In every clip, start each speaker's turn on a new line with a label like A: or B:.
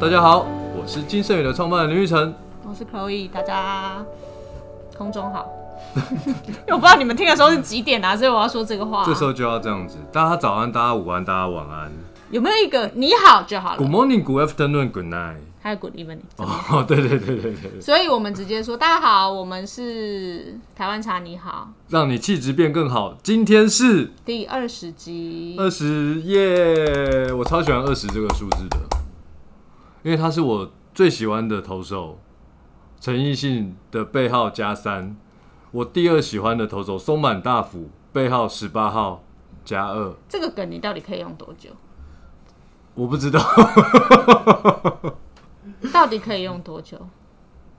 A: 大家好，我是金盛宇的创办人林玉成。
B: 我是 Chloe，大家空中好。 因为我不知道你们听的时候是几点啊，所以我要说这个话。
A: 这时候就要这样子，大家早安，大家午安，大家晚安
B: 有没有一个你好就好
A: ，Good
B: 了，
A: morning，Good afternoon，Good night。
B: 还有 Good evening。
A: 哦， 对对对对对，
B: 所以我们直接说大家好，我们是台湾茶你好
A: 让你气质变更好。今天是
B: 第二十集。
A: 二十耶，我超喜欢二十这个数字的，因为它是我最喜欢的投手，陈奕迅的背号加三。我第二喜欢的投手松满大辅背号十八号加二，
B: 这个梗你到底可以用多久？
A: 我不知道，
B: 到底可以用多久？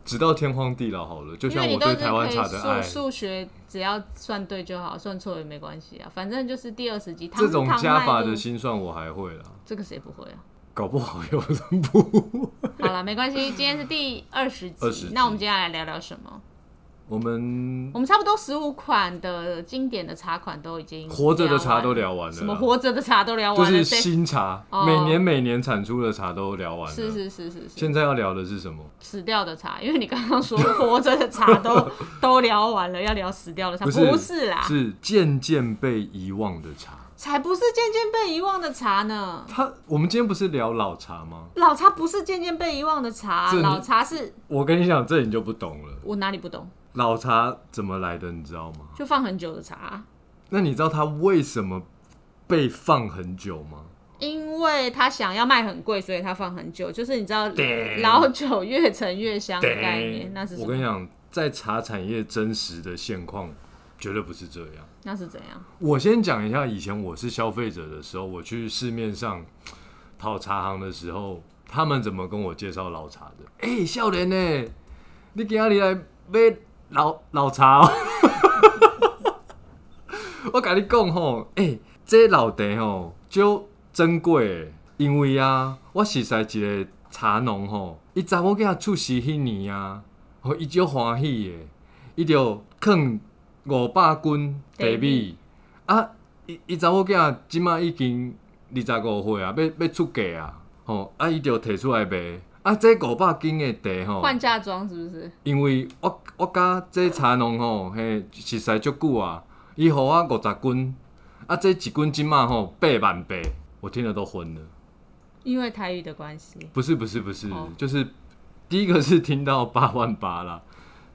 A: 直到天荒地老好了。 就
B: 因
A: 像
B: 为你
A: 我
B: 都
A: 对
B: 是
A: 台
B: 可
A: 湾
B: 以
A: 茶的
B: 数
A: 爱，
B: 数学只要算对就好，算错也没关系啊，反正就是第二十集。
A: 这种
B: 汤是
A: 加
B: 汤
A: 法
B: 麦
A: 的
B: 露
A: 心算我还会啦，
B: 这个谁不会啊？
A: 搞不好有人不。
B: 好了，没关系，今天是第二十集。
A: 20集
B: 那我们接下来聊聊什么？
A: 我们
B: 我们差不多十五款的经典的茶款都已经
A: 活着的茶
B: 完
A: 都聊完了啦，
B: 什么活着的茶都聊
A: 就
B: 完了，
A: 是
B: 谁
A: 新茶，
B: 哦
A: 每年每年产出的茶都聊完了。
B: 是是是是是
A: 现在要聊的是什么？
B: 死掉的茶，因为你刚刚说活着 的茶都都聊完了，要聊死掉的茶，
A: 不
B: 不
A: 是
B: 啦，
A: 是渐渐被遗忘的茶。
B: 才不是渐渐被遗忘的茶呢。
A: 它，我们今天不是聊老茶吗？
B: 老茶不是渐渐被遗忘的茶，
A: 这
B: 老茶是
A: 我跟你讲，这你就不懂了。
B: 我哪里不懂，
A: 老茶怎么来的，你知道吗？
B: 就放很久的茶，
A: 那你知道它为什么被放很久吗？
B: 因为他想要卖很贵，所以他放很久，就是你知道
A: 对
B: 老酒越陈越香的概念，那是什
A: 我跟你
B: 么？
A: 讲，在茶产业真实的现况，绝对不是这样。
B: 那是怎样？
A: 我先讲一下，以前我是消费者的时候，我去市面上跑茶行的时候，他们怎么跟我介绍老茶的？哎、少年呢，你今日来买老老茶、哦？ 我跟你讲吼，哎、这老茶吼就珍贵的，因为啊，我实在一个茶农吼，伊查某囝出世迄年啊，吼伊就欢喜的，伊就放五百斤茶米啊，伊伊查某囝即马已经二十五岁啊，要要出嫁啊，吼、啊伊就摕出来卖，啊这五百斤的茶吼，
B: 换嫁妆是不是？
A: 因为我我甲这茶农吼，嘿，实在足久啊，伊互我五十斤，啊，这一斤即马吼八万八，我听了都昏了。
B: 因为台语的关系，
A: 不是不是不是，
B: 哦
A: 就是第一个是听到八万八啦，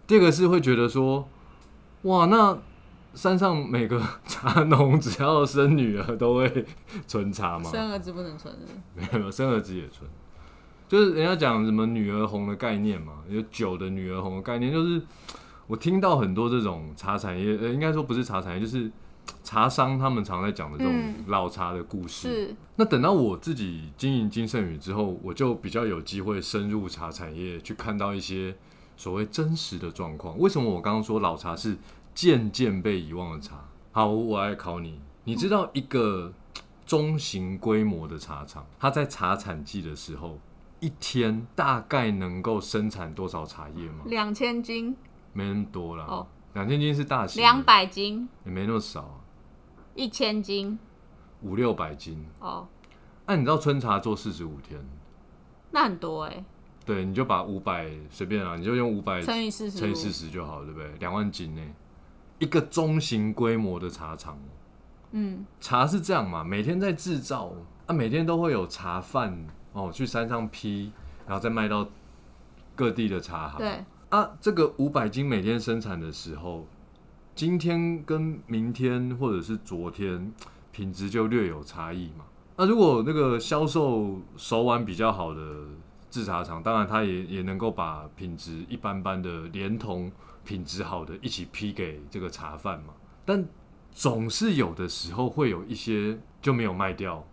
A: 第二个是会觉得说，哇，那山上每个茶农只要生女儿都会存茶吗？
B: 生儿子不能存是不是
A: 没有，生儿子也存，就是人家讲什么女儿红的概念嘛，有酒的女儿红的概念，就是我听到很多这种茶产业，呃，应该说不是茶产业，就是茶商他们常在讲的这种
B: 嗯
A: 老茶的故事。
B: 是
A: 那等到我自己经营金盛宇之后，我就比较有机会深入茶产业，去看到一些所谓真实的状况。为什么我刚刚说老茶是渐渐被遗忘的茶？好，我来考你，你知道一个中型规模的茶厂，它在茶产季的时候，一天大概能够生产多少茶叶吗？
B: 两千斤、
A: 没那么多啦
B: 嗯哦，
A: 两千斤是大型的，
B: 两百斤、
A: 也没那么少、啊，
B: 一千斤
A: 五六百斤。
B: 哦，
A: 那、你知道春茶做四十五天？
B: 那很多哎、
A: 对，你就把五百随便啊，你就用五百
B: 乘以四十
A: 乘以四
B: 五，
A: 十就好，对不对？两万斤呢，一个中型规模的茶厂哦。
B: 嗯，
A: 茶是这样嘛，每天在制造哦啊，每天都会有茶贩哦去山上批，然后再卖到各地的茶行。
B: 对，
A: 啊，这个五百斤每天生产的时候，今天跟明天或者是昨天品质就略有差异嘛。那如果那个销售手腕比较好的制茶厂，当然它也也能够把品质一般般的连同品质好的一起批给这个茶贩嘛。但总是有的时候会有一些就没有卖掉，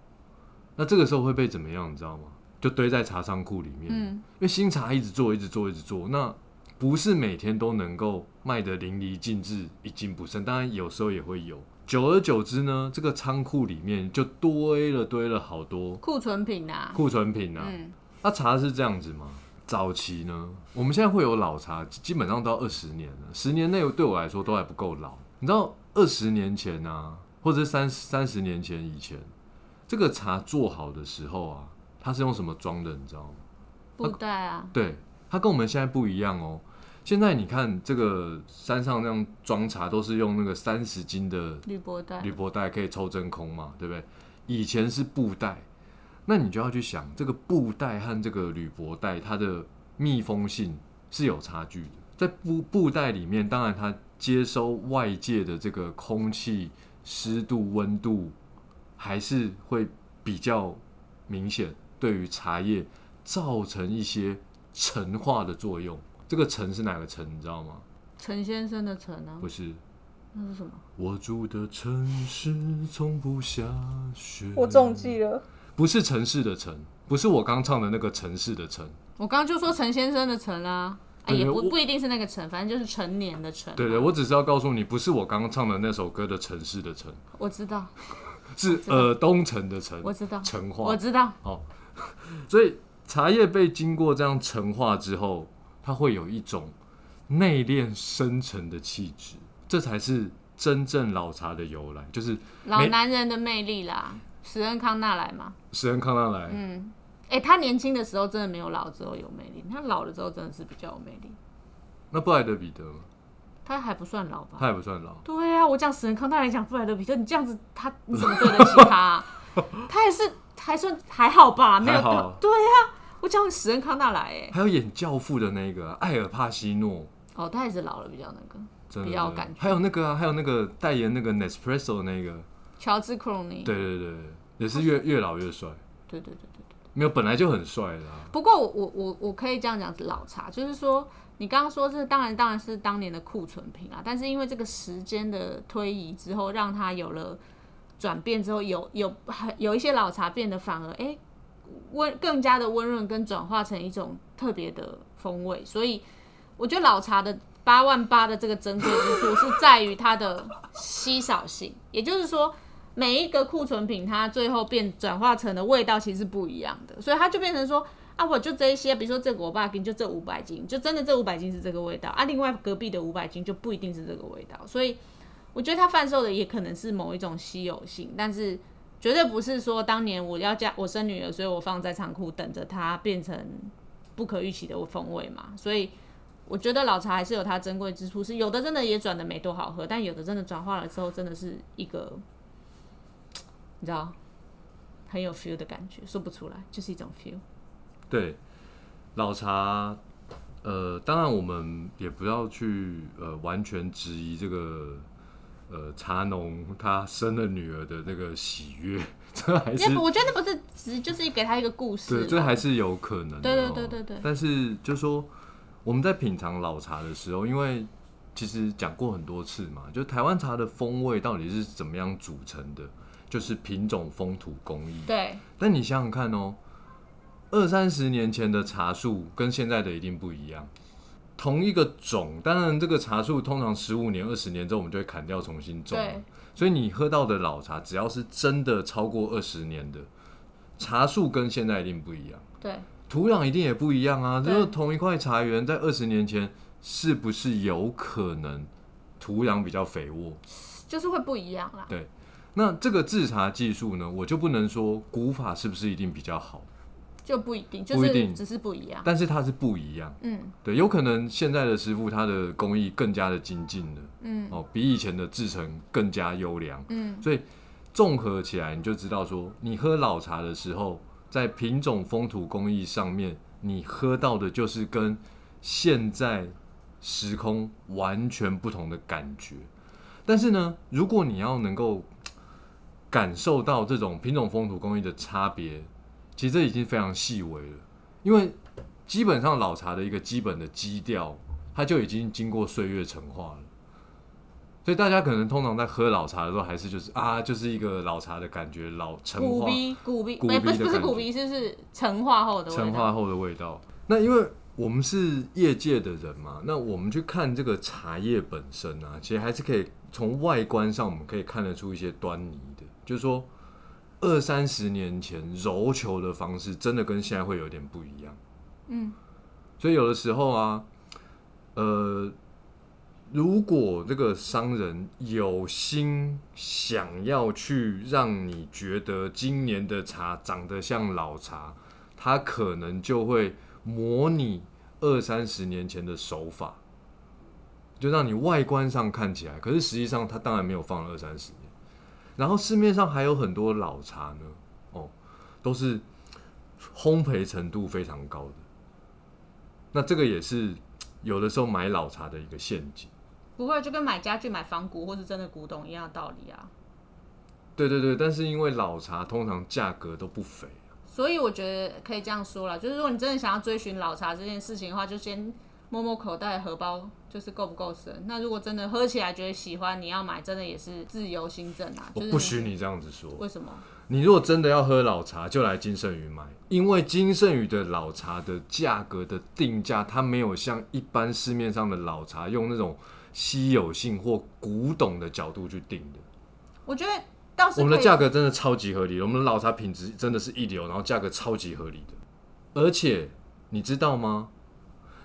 A: 那这个时候会被怎么样，你知道吗？就堆在茶仓库里面。
B: 嗯，
A: 因为新茶一直做，一直做，一直做，那不是每天都能够卖得淋漓尽致、一斤不剩。当然，有时候也会有。久而久之呢，这个仓库里面就堆了堆了好多
B: 库存品啊，
A: 库存品啊。
B: 嗯，
A: 那、茶是这样子吗？早期呢，我们现在会有老茶，基本上到二十年了。十年内对我来说都还不够老。你知道，二十年前啊，或者三三十年前以前，这个茶做好的时候啊，它是用什么装的？你知道吗？
B: 布袋啊，
A: 对，它跟我们现在不一样哦。现在你看这个山上那样装茶，都是用那个三十斤的
B: 铝箔袋
A: 铝，箔袋可以抽真空嘛，对不对？以前是布袋，那你就要去想这个布袋和这个铝箔袋它的密封性是有差距的。在布布袋里面，当然它接收外界的这个空气湿度、温度，还是会比较明显，对于茶叶造成一些陈化的作用。这个陈是哪个陈，你知道吗？
B: 陈先生的陈啊
A: 不，是，
B: 那是什么？
A: 我住的城市从不下雪。
C: 我中计了，
A: 不是城市的城，不是我刚唱的那个城市的城。
B: 我刚刚就说陈先生的陈啊，哎，
A: 对
B: 也不
A: 我
B: 不一定是那个陈，反正就是成年的陈。
A: 对对，我只是要告诉你，不是我刚唱的那首歌的城市的城，
B: 我知道，
A: 是
B: 知道
A: 呃东城的城
B: 我，知道，
A: 陈化
B: 我。知道，
A: 所以茶叶被经过这样陈化之后，它会有一种内敛深沉的气质，这才是真正老茶的由来。就是
B: 老男人的魅力啦，史恩康纳来嘛，
A: 史恩康纳莱，
B: 嗯，哎、他年轻的时候真的没有老之后有魅力，他老了之后真的是比较有魅力，
A: 那布莱德彼得嘛
B: 他还不算老吧？
A: 他也不算老，
B: 对啊，我讲史恩康纳来讲布莱德比特，你这样子他你怎么对得起他 啊、他也是还算还好吧，没有
A: 还好
B: 对啊，我讲史恩康纳来哎、
A: 还有演《教父》的那个啊艾尔帕西诺。
B: 哦，他也是老了比较那个，
A: 真的
B: 比较有
A: 真的
B: 感觉
A: 还有那个啊，还有那个代言那个 Nespresso 的那个，
B: 乔治克隆尼，
A: 对对对，也是越越老越帅，
B: 对对对对对。
A: 没有本来就很帅的、啊，
B: 不过我我我我可以这样讲，老茶就是说，你刚刚说这当然当然是当年的库存品啊，但是因为这个时间的推移之后，让它有了转变之后，有有有一些老茶变得反而哎温、更加的温润，跟转化成一种特别的风味，所以我觉得老茶的八万八的这个珍贵之处是在于它的稀少性，也就是说。每一个库存品，它最后变转化成的味道其实是不一样的，所以它就变成说，啊，我就这一些，比如说这个我爸给你就这五百斤，就真的这五百斤是这个味道啊，另外隔壁的五百斤就不一定是这个味道，所以我觉得它贩售的也可能是某一种稀有性，但是绝对不是说当年我要嫁我生女儿，所以我放在仓库等着它变成不可预期的风味嘛，所以。我觉得老茶还是有它珍贵之处，是有的真的也转的没多好喝，但有的真的转化了之后，真的是一个，你知道，很有 feel 的感觉，说不出来，就是一种 feel。
A: 对，老茶，呃，当然我们也不要去呃完全质疑这个呃茶农他生了女儿的那个喜悦， 这还是
B: 那不我觉得那不是只就是给他一个故事
A: 对，
B: 啦，
A: 这还是有可能的、哦。
B: 对对对对对
A: 但是就说我们在品尝老茶的时候，因为其实讲过很多次嘛，就台湾茶的风味到底是怎么样组成的，就是品种、风土、工艺。
B: 对
A: 但你想想看哦，二三十年前的茶树跟现在的一定不一样。同一个种，当然这个茶树通常十五年、二十年之后我们就会砍掉重新种了
B: 对。
A: 所以你喝到的老茶，只要是真的超过二十年的茶树，跟现在一定不一样，
B: 对
A: 土壤一定也不一样啊。就
B: 对
A: 是同一块茶园，在二十年前是不是有可能土壤比较肥沃？
B: 就是会不一样啦。
A: 对，那这个制茶技术呢，我就不能说古法是不是一定比较好，
B: 就不一定，就
A: 不一
B: 是
A: 定
B: 只是不一样。
A: 但是它是不一样。
B: 嗯
A: 对，有可能现在的师傅他的工艺更加的精进了，
B: 嗯
A: 哦，比以前的制成更加优良。
B: 嗯，
A: 所以综合起来，你就知道说，你喝老茶的时候，在品种、风土、工艺上面，你喝到的就是跟现在时空完全不同的感觉。但是呢，如果你要能够感受到这种品种、风土、工艺的差别，其实这已经非常细微了，因为基本上老茶的一个基本的基调，它就已经经过岁月陈化了。所以大家可能通常在喝老茶的时候，还是就是啊，就是一个老茶的感觉，老陈
B: 古
A: 化
B: 逼古逼，
A: 古
B: 哎，
A: 逼
B: 不是
A: 的
B: 不是
A: 感
B: 古
A: 觉
B: 逼，是是陈化后的味道
A: 陈化后的味道。那因为我们是业界的人嘛，那我们去看这个茶叶本身啊，其实还是可以从外观上我们可以看得出一些端倪的，就是说二三十年前揉球的方式真的跟现在会有点不一样。
B: 嗯，
A: 所以有的时候啊，呃，如果这个商人有心想要去让你觉得今年的茶长得像老茶，他可能就会模拟二三十年前的手法，就让你外观上看起来，可是实际上它当然没有放了二三十年。然后市面上还有很多老茶呢，哦，都是烘焙程度非常高的。那这个也是有的时候买老茶的一个陷阱。
B: 不会就跟买家具、买仿古或是真的古董一样的道理啊。
A: 对对对，但是因为老茶通常价格都不菲，
B: 所以我觉得可以这样说啦，就是如果你真的想要追寻老茶这件事情的话，就先摸摸口袋荷包，就是够不够深。那如果真的喝起来觉得喜欢，你要买，真的也是自由新政啊。
A: 我
B: 就是
A: 不许你这样子说。
B: 为什么？
A: 你如果真的要喝老茶，就来金圣宇买，因为金圣宇的老茶的价格的定价，它没有像一般市面上的老茶用那种稀有性或古董的角度去定的。
B: 我觉得倒是
A: 我们
B: 可
A: 的
B: 以
A: 价格真的超级合理，我们的老茶品质真的是一流，然后价格超级合理的。而且你知道吗？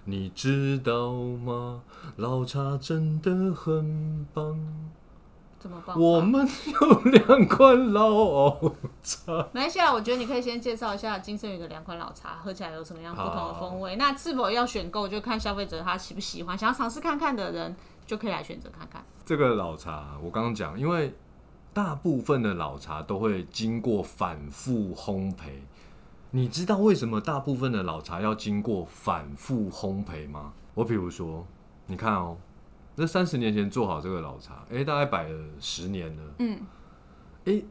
A: 你知道吗？老茶真的很棒。
B: 怎么办？
A: 我们有两款老藕茶，
B: 没关系啊，我觉得你可以先介绍一下金圣宇的两款老茶，喝起来有什么样不同的风味。那是否要选购，就看消费者他喜不喜欢，想要尝试看看的人就可以来选择看看。
A: 这个老茶，我刚刚讲，因为大部分的老茶都会经过反复烘焙。你知道为什么大部分的老茶要经过反复烘焙吗？我比如说，你看哦，这三十年前做好这个老茶，诶，大概摆了十年了。
B: 嗯，
A: 诶，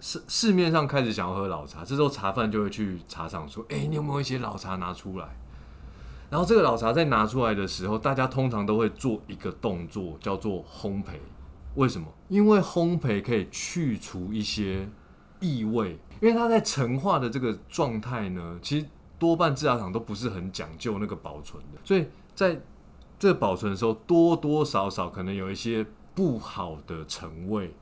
A: 市市面上开始想要喝老茶，这时候茶贩就会去茶厂说：“诶，你有没有一些老茶拿出来？”然后这个老茶在拿出来的时候，大家通常都会做一个动作，叫做烘焙。为什么？因为烘焙可以去除一些异味，因为它在陈化的这个状态呢，其实多半制茶厂都不是很讲究那个保存的，所以在这个保存的时候，多多少少可能有一些不好的陈味，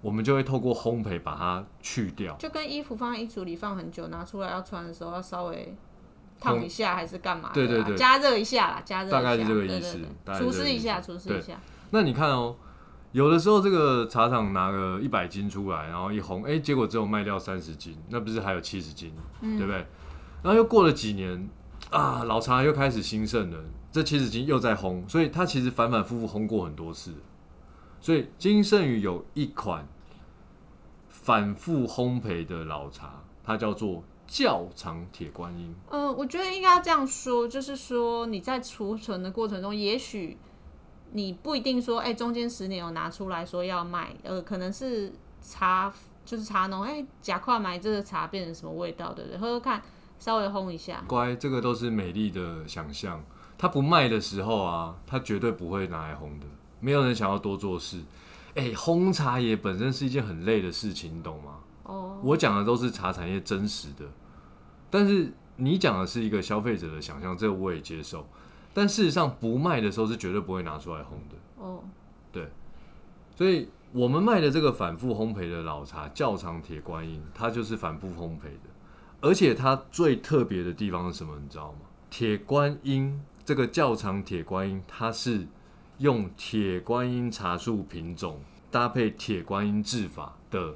A: 我们就会透过烘焙把它去掉。
B: 就跟衣服放在衣橱里放很久，拿出来要穿的时候要稍微烫一下，还是干嘛的啊？
A: 对对 对
B: 加热一下啦，加热一下
A: 大概是这个意思
B: 对对对
A: 大概是
B: 除
A: 这个
B: 湿
A: 意
B: 一
A: 思
B: 下，除湿一
A: 对
B: 下。
A: 那你看哦，有的时候这个茶厂拿个一百斤出来，然后一烘，哎、结果只有卖掉三十斤，那不是还有七十斤，对不对？然后又过了几年啊，老茶又开始兴盛了，这七十斤又在烘，所以它其实反反复复烘过很多次。所以金圣宇有一款反复烘焙的老茶，它叫做窖藏铁观音。
B: 嗯，我觉得应该要这样说，就是说你在储存的过程中，也许你不一定说，哎、中间十年有拿出来说要卖，呃，可能是茶就是茶农，哎、假跨买这个茶变成什么味道，对不对？喝喝看，稍微烘一下。
A: 乖，这个都是美丽的想象。他不卖的时候啊，他绝对不会拿来烘的。没有人想要多做事。哎、烘茶也本身是一件很累的事情，你懂吗？
B: 哦，
A: 我讲的都是茶产业真实的，但是你讲的是一个消费者的想象，这个我也接受。但事实上，不卖的时候是绝对不会拿出来烘的。
B: 哦，
A: 所以我们卖的这个反复烘焙的老茶窖藏铁观音，它就是反复烘焙的，而且它最特别的地方是什么？你知道吗？铁观音这个窖藏铁观音，它是用铁观音茶树品种搭配铁观音制法的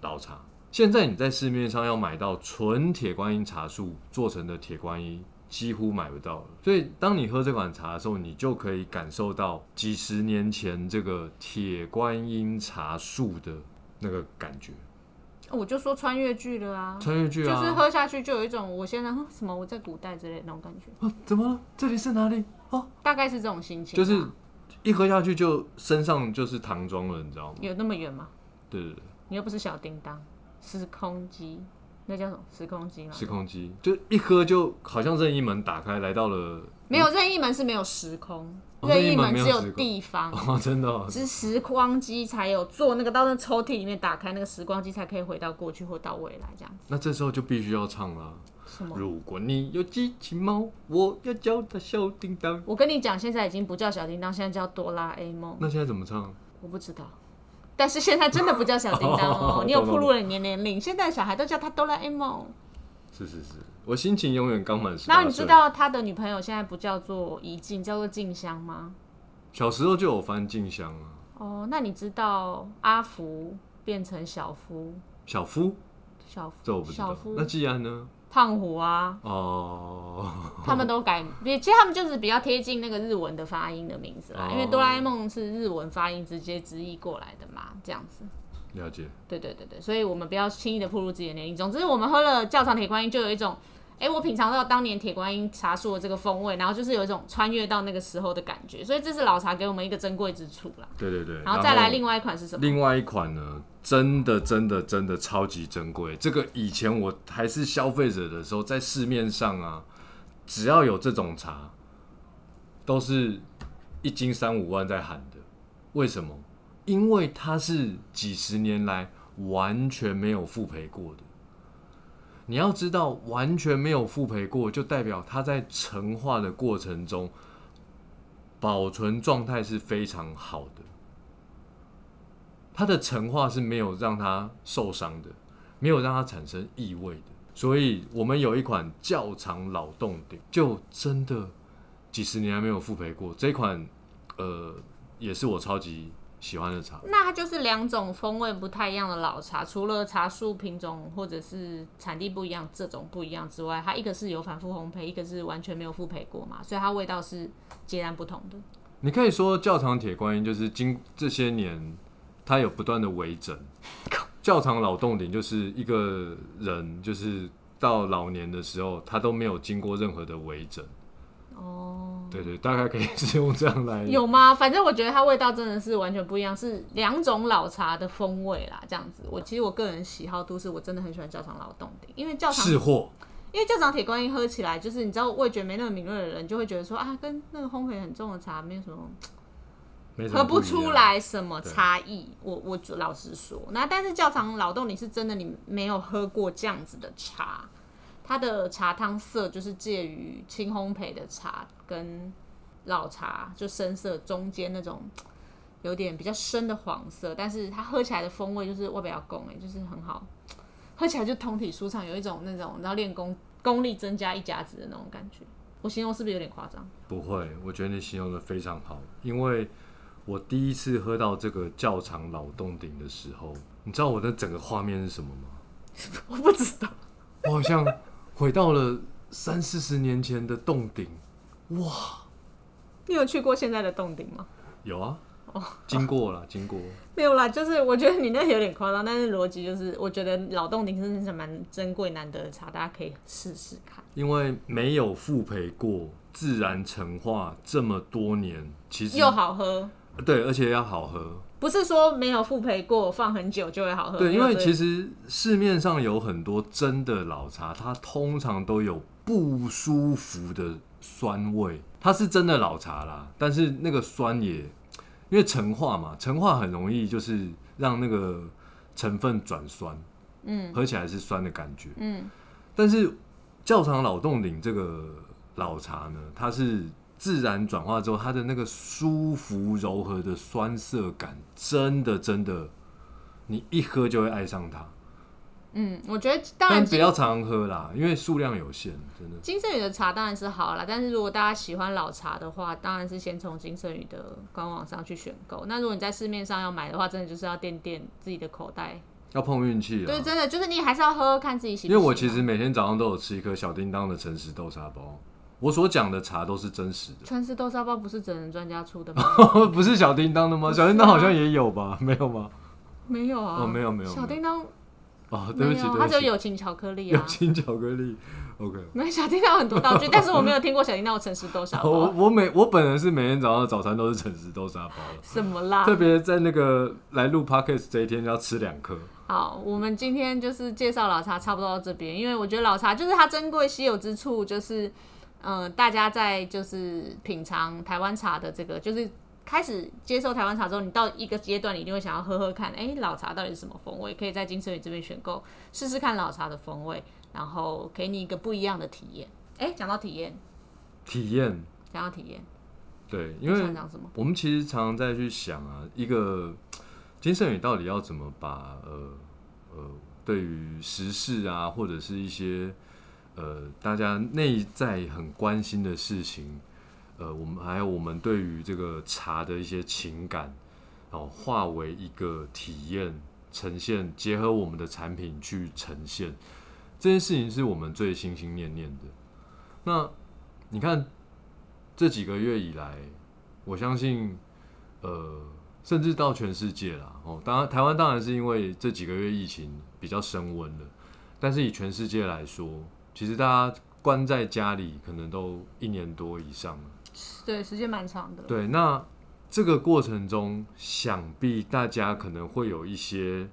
A: 老茶。现在你在市面上要买到纯铁观音茶树做成的铁观音，几乎买不到了。所以当你喝这款茶的时候，你就可以感受到几十年前这个铁观音茶树的那个感觉。
B: 哦我就说穿越剧了啊，
A: 穿越剧啊，
B: 就是喝下去就有一种我现在哼什么我在古代之类的那种感觉，
A: 啊，怎么了？这里是哪里？哦，
B: 大概是这种心情吧。
A: 就是一喝下去就身上就是唐装了，你知道吗？
B: 有那么远吗？
A: 对对对，
B: 你又不是小叮当，时空机，那叫什么时空机吗？
A: 时空机就一喝就好像任意门打开，来到了
B: 没有任意门是没有时空，
A: 哦
B: 任意
A: 任意门
B: 门
A: 没有
B: 只
A: 时
B: 有
A: 空
B: 地方，
A: 哦，真的、哦，
B: 只是时光机才有做那个到那抽屉里面打开那个时光机才可以回到过去或到未来这样子。
A: 那这时候就必须要唱啦。
B: 什么？
A: 如果你有机器猫，我要叫它小叮当。
B: 我跟你讲，现在已经不叫小叮当，现在叫哆啦 A 梦。
A: 那现在怎么唱？
B: 我不知道，但是现在真的不叫小叮 当哦
A: 哦，
B: 你有
A: 懂
B: 暴露了你的年龄。现在小孩都叫他哆啦 A 梦。
A: 是是是，我心情永远刚满十八岁。
B: 然后你知道他的女朋友现在不叫做怡静，叫做静香吗？
A: 小时候就有翻静香啊，
B: 哦，那你知道阿福变成小夫，
A: 小夫
B: 小夫，
A: 这我不知
B: 小
A: 道
B: 夫。
A: 那既然呢？
B: 胖虎啊，
A: 哦，
B: 他们都改， 也其实他们就是比较贴近那个日文的发音的名字啦，
A: 哦
B: 因为哆啦 A 梦是日文发音直接直译过来的嘛，这样子。
A: 了解，
B: 对对对对，所以我们不要轻易的暴露自己的年龄。总之，我们喝了窖藏铁观音，就有一种，哎，我品尝到当年铁观音茶树的这个风味，然后就是有一种穿越到那个时候的感觉。所以这是老茶给我们一个珍贵之处啦。
A: 对对对，
B: 嗯然后再来另外一款是什么？
A: 另外一款呢，真的真的真的超级珍贵。这个以前我还是消费者的时候，在市面上啊，只要有这种茶，都是一斤三五万在喊的。为什么？因为它是几十年来完全没有复赔过的。你要知道，完全没有复赔过，就代表它在陈化的过程中，保存状态是非常好的。它的陈化是没有让它受伤的，没有让它产生异味的。所以，我们有一款较长老冻顶，就真的几十年还没有复培过。这款，呃，也是我超级喜欢的茶。
B: 那它就是两种风味不太一样的老茶，除了茶树品种或者是产地不一样这种不一样之外，它一个是有反复烘焙，一个是完全没有复焙过嘛，所以它味道是截然不同的。
A: 你可以说教堂铁观音就是经这些年，它有不断的微整。教堂老洞顶就是一个人，就是到老年的时候，他都没有经过任何的微整。
B: 哦，
A: 对对，大概可以是用这样来
B: 有吗？反正我觉得它味道真的是完全不一样，是两种老茶的风味啦。这样子，我其实我个人喜好都是，我真的很喜欢教堂老冻顶，因为教堂
A: 试货。
B: 因为教堂铁观音喝起来，就是你知道味觉没那么敏锐的人，就会觉得说啊，跟那个烘焙很重的茶没有什么
A: 没什么
B: 喝不
A: 一样
B: 出。来什么
A: 对
B: 差异。我我老实说，那但是教堂老冻你是真的你没有喝过这样子的茶，它的茶汤色就是介于轻烘焙的茶跟老茶就深色中间那种。有点比较深的黄色，但是它喝起来的风味就是外表拱哎，就是很好，喝起来就通体舒畅，有一种那种然后练功功力增加一甲子的那种感觉。我形容是不是有点夸张？
A: 不会，我觉得你形容的非常好，因为我第一次喝到这个教场老洞顶的时候，你知道我的整个画面是什么 吗？
B: 我不知道，
A: 我好像回到了三四十年前的洞顶。
B: 你有去过现在的洞顶吗？
A: 有啊，经过了，经过。
B: 没有啦，就是我觉得你那有点夸张，但是逻辑就是，我觉得老洞顶真的是蛮珍贵难得的茶，大家可以试试看。
A: 因为没有复培过，自然陈化这么多年，其实
B: 又好喝，
A: 对，而且要好喝。
B: 不是说没有复培过放很久就会好喝。
A: 嗯对，因为其
B: 实
A: 实市面上有很多真的老茶，它通常都有不舒服的酸味，它是真的老茶啦，但是那个酸也因为陈化嘛，陈化很容易就是让那个成分转酸，嗯，喝起来是酸的感觉，
B: 嗯，
A: 但是教堂老洞顶这个老茶呢，它是自然转化之后，它的那个舒服柔和的酸涩感，真的真的，你一喝就会爱上它。
B: 嗯，我觉得当然
A: 但不要常喝啦，因为数量有限，真的。
B: 金圣宇的茶当然是好啦，但是如果大家喜欢老茶的话，当然是先从金圣宇的官网上去选购。那如果你在市面上要买的话，真的就是要垫垫自己的口袋。
A: 要碰运气啦
B: 对，。真的就是你还是要喝喝看自己喜不
A: 啊
B: 喜
A: 因
B: 欢。
A: 为我其实每天早上都有吃一颗小叮当的诚实豆沙包，我所讲的茶都是真实 的。
B: 川式豆沙包不是整人专家出的吗？
A: 不是小叮当的吗？
B: 不是啊
A: 小叮当好像也有吧？没有吗？
B: 没有啊，
A: 哦没有没有
B: 小叮当
A: 哦，对
B: 没
A: 不起，
B: 有，
A: 对
B: 它
A: 不
B: 只有
A: 起，
B: 友情巧克力
A: 有
B: 啊。
A: 金巧克力。OK，
B: 没有小叮当有很多道 具，但是我没有听过小叮当有诚实啊豆沙
A: 我
B: 包，
A: 我每我本人是每天早上的早餐都是诚实豆沙包了，
B: 什么啦
A: 特？别在那个来录 podcast 这一天要吃两颗。
B: 好，我们今天就是介绍老茶，差不多到这边，因为我觉得老茶就是它珍贵稀有之处，就是呃，大家在就是品尝台湾茶的这个，就是开始接受台湾茶之后，你到一个阶段，你一定会想要喝喝看，哎、老茶到底是什么风味？可以在金圣宇这边选购试试看老茶的风味，然后给你一个不一样的体验。哎、讲到体验，
A: 体验
B: 讲到体验，
A: 对，因为
B: 想讲什么？
A: 我们其实常常在去想啊，一个金圣宇到底要怎么把呃呃对于时事啊，或者是一些呃大家内在很关心的事情，呃，我们还有我们对于这个茶的一些情感，然后化为一个体验呈现，结合我们的产品去呈现。这件事情是我们最心心念念的。那你看这几个月以来，我相信，呃，甚至到全世界啦，哦，当然台湾当然是因为这几个月疫情比较升温了，但是以全世界来说，其实大家关在家里可能都一年多以上了。
B: 对，时间蛮长的。
A: 对，那这个过程中，想必大家可能会有一些，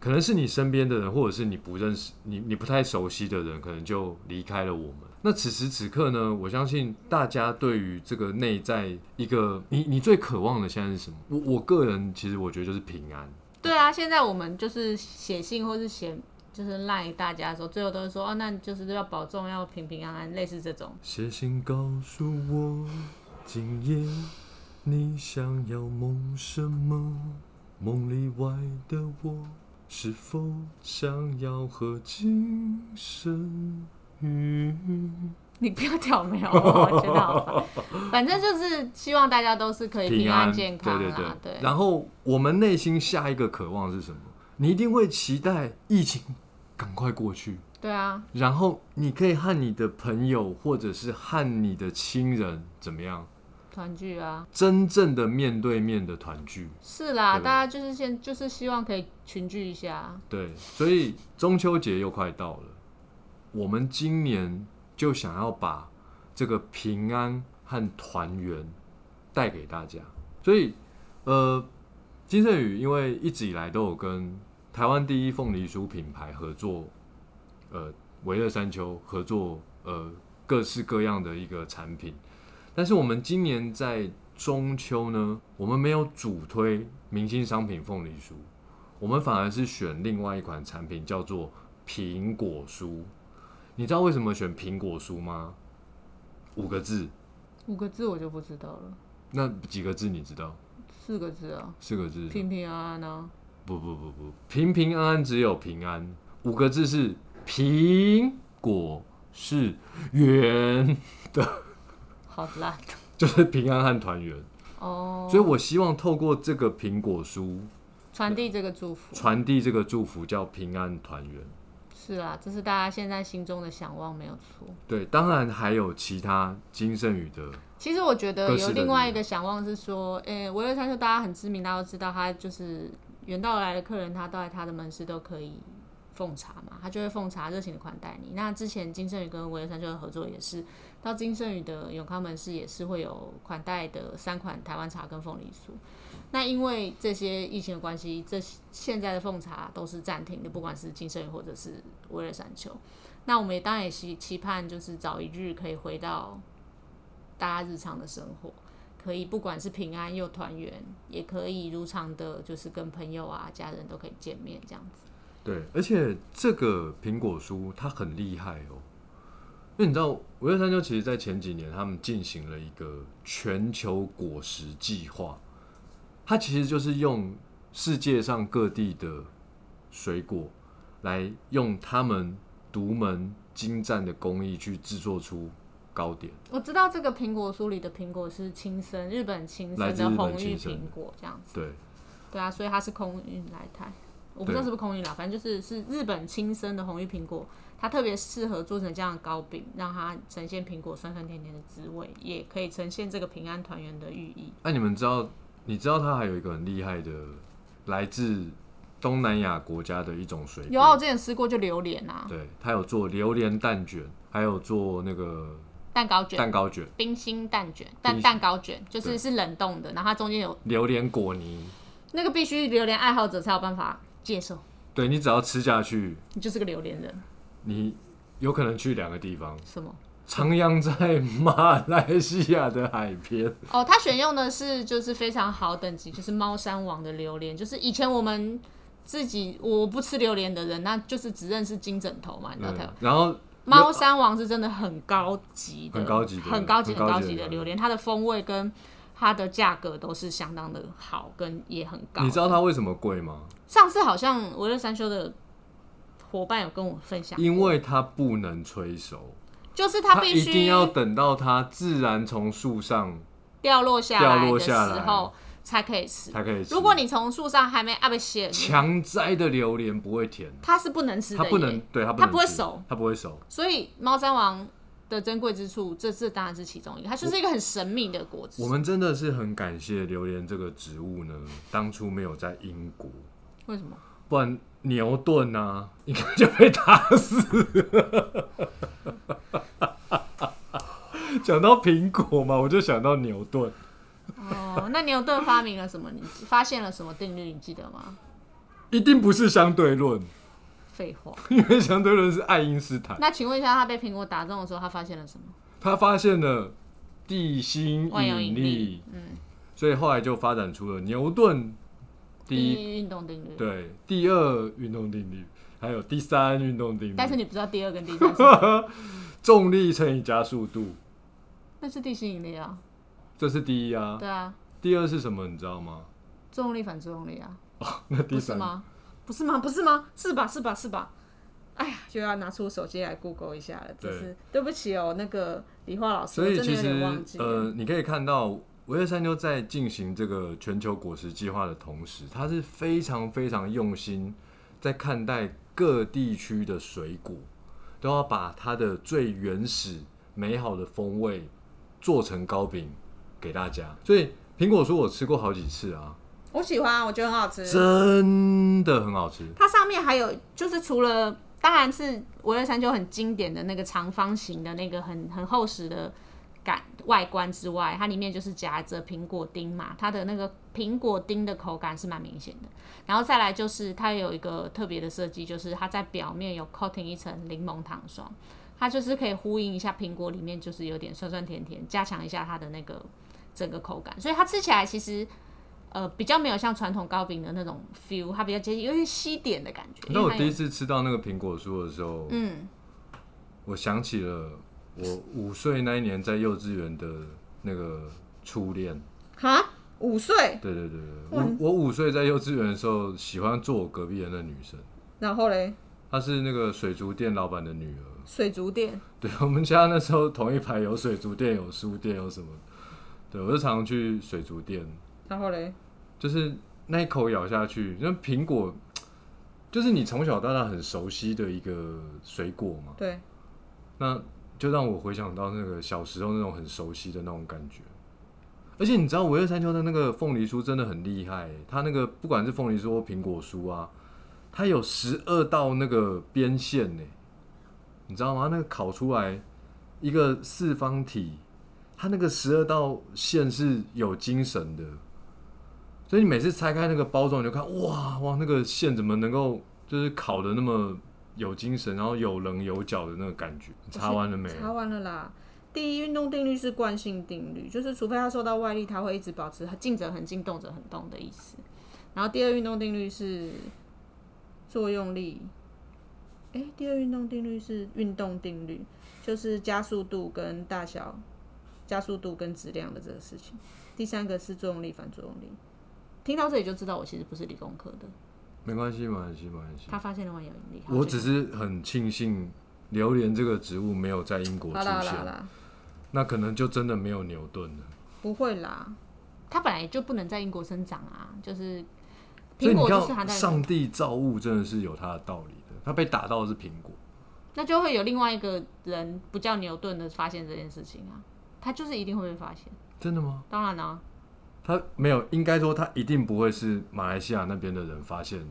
A: 可能是你身边的人，或者是你不认识、你你不太熟悉的人，可能就离开了我们。那此时此刻呢，我相信大家对于这个内在一个你你最渴望的现在是什么？我我个人其实我觉得就是平安。
B: 对啊，现在我们就是写信或是写就是赖大家的时候，最后都是说哦，那你就是要保重，要平平安安，类似这种。
A: 写信告诉我，今夜你想要梦什么？梦里外的我，是否想要和今生遇？
B: 你不要挑眉哦，我觉得好 烦。反正就是希望大家都是可以平安健康啊
A: 对
B: 啦，
A: 对然后我们内心下一个渴望是什么？你一定会期待疫情赶快过去，
B: 对啊，
A: 然后你可以和你的朋友或者是和你的亲人怎么样，
B: 团聚啊，
A: 真正的面对面的团聚。
B: 是啦，
A: 对
B: 大家就是现就是希望可以群聚一下。
A: 对，所以中秋节又快到了，我们今年就想要把这个平安和团圆带给大家。所以，呃，金圣宇因为一直以来都有跟台湾第一凤梨酥品牌合作，呃，维乐山丘合作，呃，各式各样的一个产品。但是我们今年在中秋呢，我们没有主推明星商品凤梨酥，我们反而是选另外一款产品，叫做苹果酥。你知道为什么选苹果酥吗？五个字，
B: 五个字我就不知道了，
A: 那几个字你知道？
B: 四个字啊，
A: 四个字？
B: 平平安安啊。
A: 不不不不，平平安安只有平安。五个字是苹果是圆，
B: 好啦，
A: 就是平安和团圆。
B: 哦，
A: 所以我希望透过这个苹果酥，
B: 传递这个祝福。
A: 传递这个祝福，叫平安团圆。
B: 是啊，这是大家现在心中的想望，没有错。
A: 对，当然还有其他金圣宇的
B: 其实我觉得
A: 各式
B: 有
A: 的
B: 另外一个想望是说，诶、维乐山丘大家很知名，大家都知道，他就是远道而来的客人，他到他的门市都可以奉茶嘛，他就会奉茶热情的款待你。那之前金圣宇跟维乐山丘的合作也是，到金圣宇的永康门市也是会有款待的三款台湾茶跟凤梨酥。那因为这些疫情的关系，这现在的奉茶都是暂停的，不管是金圣宇或者是维乐山丘。那我们也当然也期期盼，就是早一日可以回到大家日常的生活，可以不管是平安又团圆，也可以如常的，就是跟朋友啊、家人都可以见面这样子。
A: 对，而且这个苹果酥它很厉害哦，因为你知道，五月三丘其实在前几年他们进行了一个全球果实计划，它其实就是用世界上各地的水果来用他们独门精湛的工艺去制作出糕点。
B: 我知道这个苹果酥里的苹果是青森，日本青
A: 来
B: 森
A: 自日
B: 的
A: 本
B: 红玉
A: 青森
B: 苹果这样子。
A: 对，
B: 对啊，所以它是空运来台，我不知道
A: 对
B: 是不是空运嗯啦，反正就是是日本亲生的红玉苹果，它特别适合做成这样的糕饼，让它呈现苹果酸酸甜甜的滋味，也可以呈现这个平安团圆的寓意。
A: 那、你们知道，你知道它还有一个很厉害的，来自东南亚国家的一种水果。
B: 有啊，我之前吃过就榴莲啊，
A: 对，他有做榴莲蛋卷，还有做那个
B: 蛋糕卷。
A: 蛋糕卷、
B: 冰心蛋卷，蛋
A: 冰心
B: 蛋糕卷就是
A: 对
B: 是冷冻的，然后它中间有
A: 榴莲果泥。
B: 那个必须榴莲爱好者才有办法接受，
A: 对你只要吃下去，
B: 你就是个榴莲人。
A: 你有可能去两个地方：
B: 什么？
A: 徜徉在马来西亚的海边，
B: 哦，它选用的是就是非常好等级，就是猫山王的榴莲，就是以前我们自己我不吃榴莲的人，那就是只认识金枕头嘛，你知道台湾
A: 嗯、然后
B: 猫山王是真的很高级的，
A: 很高级的
B: 很高级、
A: 很
B: 很高
A: 高级的
B: 级
A: 榴
B: 的
A: 莲
B: 榴莲，它的风味跟它的价格都是相当的好，跟也很高。
A: 你知道它为什么贵吗？
B: 上次好像维乐山丘的伙伴有跟我分享，
A: 因为它不能催熟，
B: 就是它
A: 它
B: 必
A: 一
B: 须
A: 定要等到它自然从树上
B: 掉落下
A: 掉
B: 来
A: 落
B: 的
A: 下
B: 时
A: 来
B: 候，才可以吃。
A: 才可以吃。
B: 如果你从树上还没啊被卸，
A: 强摘的榴莲不会甜，
B: 它是不能吃的
A: 它
B: 耶，
A: 不能，对它不
B: 它
A: 能
B: 不会
A: 吃
B: 熟，
A: 它不会熟。
B: 所以猫山王的珍贵之处，这这当然是其中一个，它就是一个很神秘的果
A: 我
B: 汁。
A: 们真的是很感谢榴莲这个植物呢，当初没有在英国，
B: 为什么？
A: 不然牛顿啊， 应该就被打死 了。讲到苹果嘛，我就想到牛顿。
B: 哦，那牛顿发明了什么？你发现了什么定律？你记得吗？
A: 一定不是相对论，
B: 废话。
A: 因为相对论是爱因斯坦，
B: 那请问一下，他被苹果打中的时候，他发现了什么？
A: 他发现了地心
B: 万有
A: 引
B: 引
A: 力
B: 力，，嗯，
A: 所以后来就发展出了牛顿第
B: 第
A: 一，
B: 一运动定律。。
A: 对，第二运动定律，还有第三运动定律。
B: 但是你不知道第二跟第三是什么，
A: 重力乘以加速度，
B: 那是地心引力啊。
A: 这是第一啊。
B: 对啊，
A: 第二是什么？你知道吗？
B: 重力反作用力啊，
A: 那第
B: 不是
A: 三
B: 吗？不是吗？不是吗？是吧？是吧？是吧？哎呀，就要拿出手机来 Google 一下了，真
A: 对
B: 是对不起哦，那个理化老师，
A: 所
B: 我
A: 以
B: 真的
A: 其
B: 有点
A: 实
B: 忘记了。
A: 呃，你可以看到维二山丘在进行这个全球果实计划的同时，它是非常非常用心在看待各地区的水果，都要把它的最原始美好的风味做成糕饼给大家。所以苹果酥我吃过好几次啊，
B: 我喜欢，我觉得很好吃。
A: 真的很好吃。
B: 它上面还有就是除了当然是维勒山丘很经典的那个长方形的那个很很厚实的感外观之外，它里面就是夹着苹果丁嘛，它的那个苹果丁的口感是蛮明显的。然后再来就是它有一个特别的设计，就是它在表面有 coating 一层柠檬糖霜，它就是可以呼应一下苹果里面就是有点酸酸甜甜，加强一下它的那个整个口感，所以它吃起来其实。呃，比较没有像传统糕饼的那种 feel，它比较接近有点西点的感觉。
A: 你知道
B: 因
A: 我
B: 为它有
A: 第一次吃到那个苹果酥的时候，
B: 嗯，
A: 我想起了我五岁那一年在幼稚园的那个初恋。
B: 哈，五岁，
A: 对对对对，我我五岁在幼稚园的时候，喜欢坐我隔壁的那女生，
B: 然后嘞，
A: 她是那个水族店老板的女儿。
B: 水族店，
A: 对我们家那时候同一排有水族店、有书店、有什么的，对我就常常去水族店，
B: 然后嘞，
A: 就是那一口咬下去，那苹果就是你从小到大很熟悉的一个水果嘛。
B: 对，
A: 那就让我回想到那个小时候那种很熟悉的那种感觉。而且你知道，五二三秋的那个凤梨酥真的很厉害，它那个不管是凤梨酥或苹果酥啊，它有十二道那个边线呢，你知道吗？那个烤出来一个四方体，它那个十二道线是有精神的，所以你每次拆开那个包装，你就看哇哇，那个线怎么能够就是烤的那么有精神，然后有棱有角的那个感觉？你擦完了没？
B: 查完了啦。第一运动定律是惯性定律，就是除非它受到外力，它会一直保持静者恒静，动者恒动的意思。然后第二运动定律是作用力，哎、第二运动定律是运动定律，就是加速度跟大小、加速度跟质量的这个事情。第三个是作用力反作用力。听到这里就知道我其实不是理工科的，
A: 没关系，没关系，没关系。
B: 他发现了万有引力。好
A: 我只是很庆幸榴莲这个植物没有在英国
B: 好
A: 出
B: 啦好啦好
A: 现，
B: 啦，
A: 那可能就真的没有牛顿了。
B: 不会啦，它本来就不能在英国生长啊，就是
A: 所以你
B: 苹果就是含
A: 看，
B: 在，
A: 上帝造物真的是有它的道理的。它被打到的是苹果，
B: 那就会有另外一个人不叫牛顿的发现这件事情啊，他就是一定会被发现。
A: 真的吗？
B: 当然啊啦、
A: 他没有，应该说他一定不会是马来西亚那边的人发现，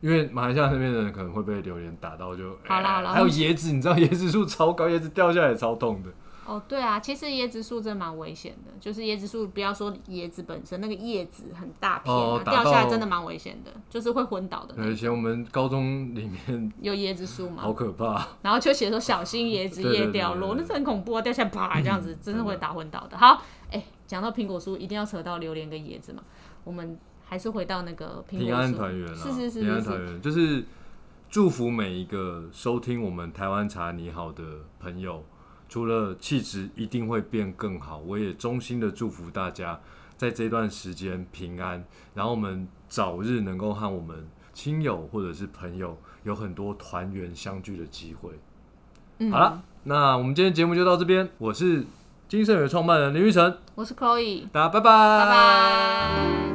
A: 因为马来西亚那边的人可能会被榴莲打到就。哎
B: 好啦好啦
A: 还有椰子，你知道椰子树超高，椰子掉下来超痛的。
B: 哦，对啊，其实椰子树真的蛮危险的，就是椰子树，不要说椰子本身，那个叶子很大片、啊
A: 哦打
B: 掉下来
A: 到
B: 真的蛮危险的，就是会昏倒的那
A: 呃以前我们高中里面
B: 有椰子树嘛，
A: 好可怕，
B: 然后就写说小心椰子
A: 对对
B: 叶
A: 对嗯
B: 掉落，
A: 对对
B: 那是很恐怖啊，掉下来啪这样子，真的会打昏倒的。好，哎、讲到苹果酥，一定要扯到榴莲跟椰子嘛。我们还是回到那个苹果
A: 平安团圆
B: 酥，
A: 啊，
B: 是是是
A: 平
B: 是
A: 安团
B: 是，
A: 圆就是祝福每一个收听我们台湾茶你好的朋友，除了气质一定会变更好，我也衷心的祝福大家在这段时间平安，然后我们早日能够和我们亲友或者是朋友有很多团圆相聚的机会。
B: 嗯
A: 好了，那我们今天节目就到这边，我是
B: 金盛宇创办人林玉成，
A: 我是 Chloe，
B: 大家拜拜，
A: 拜拜。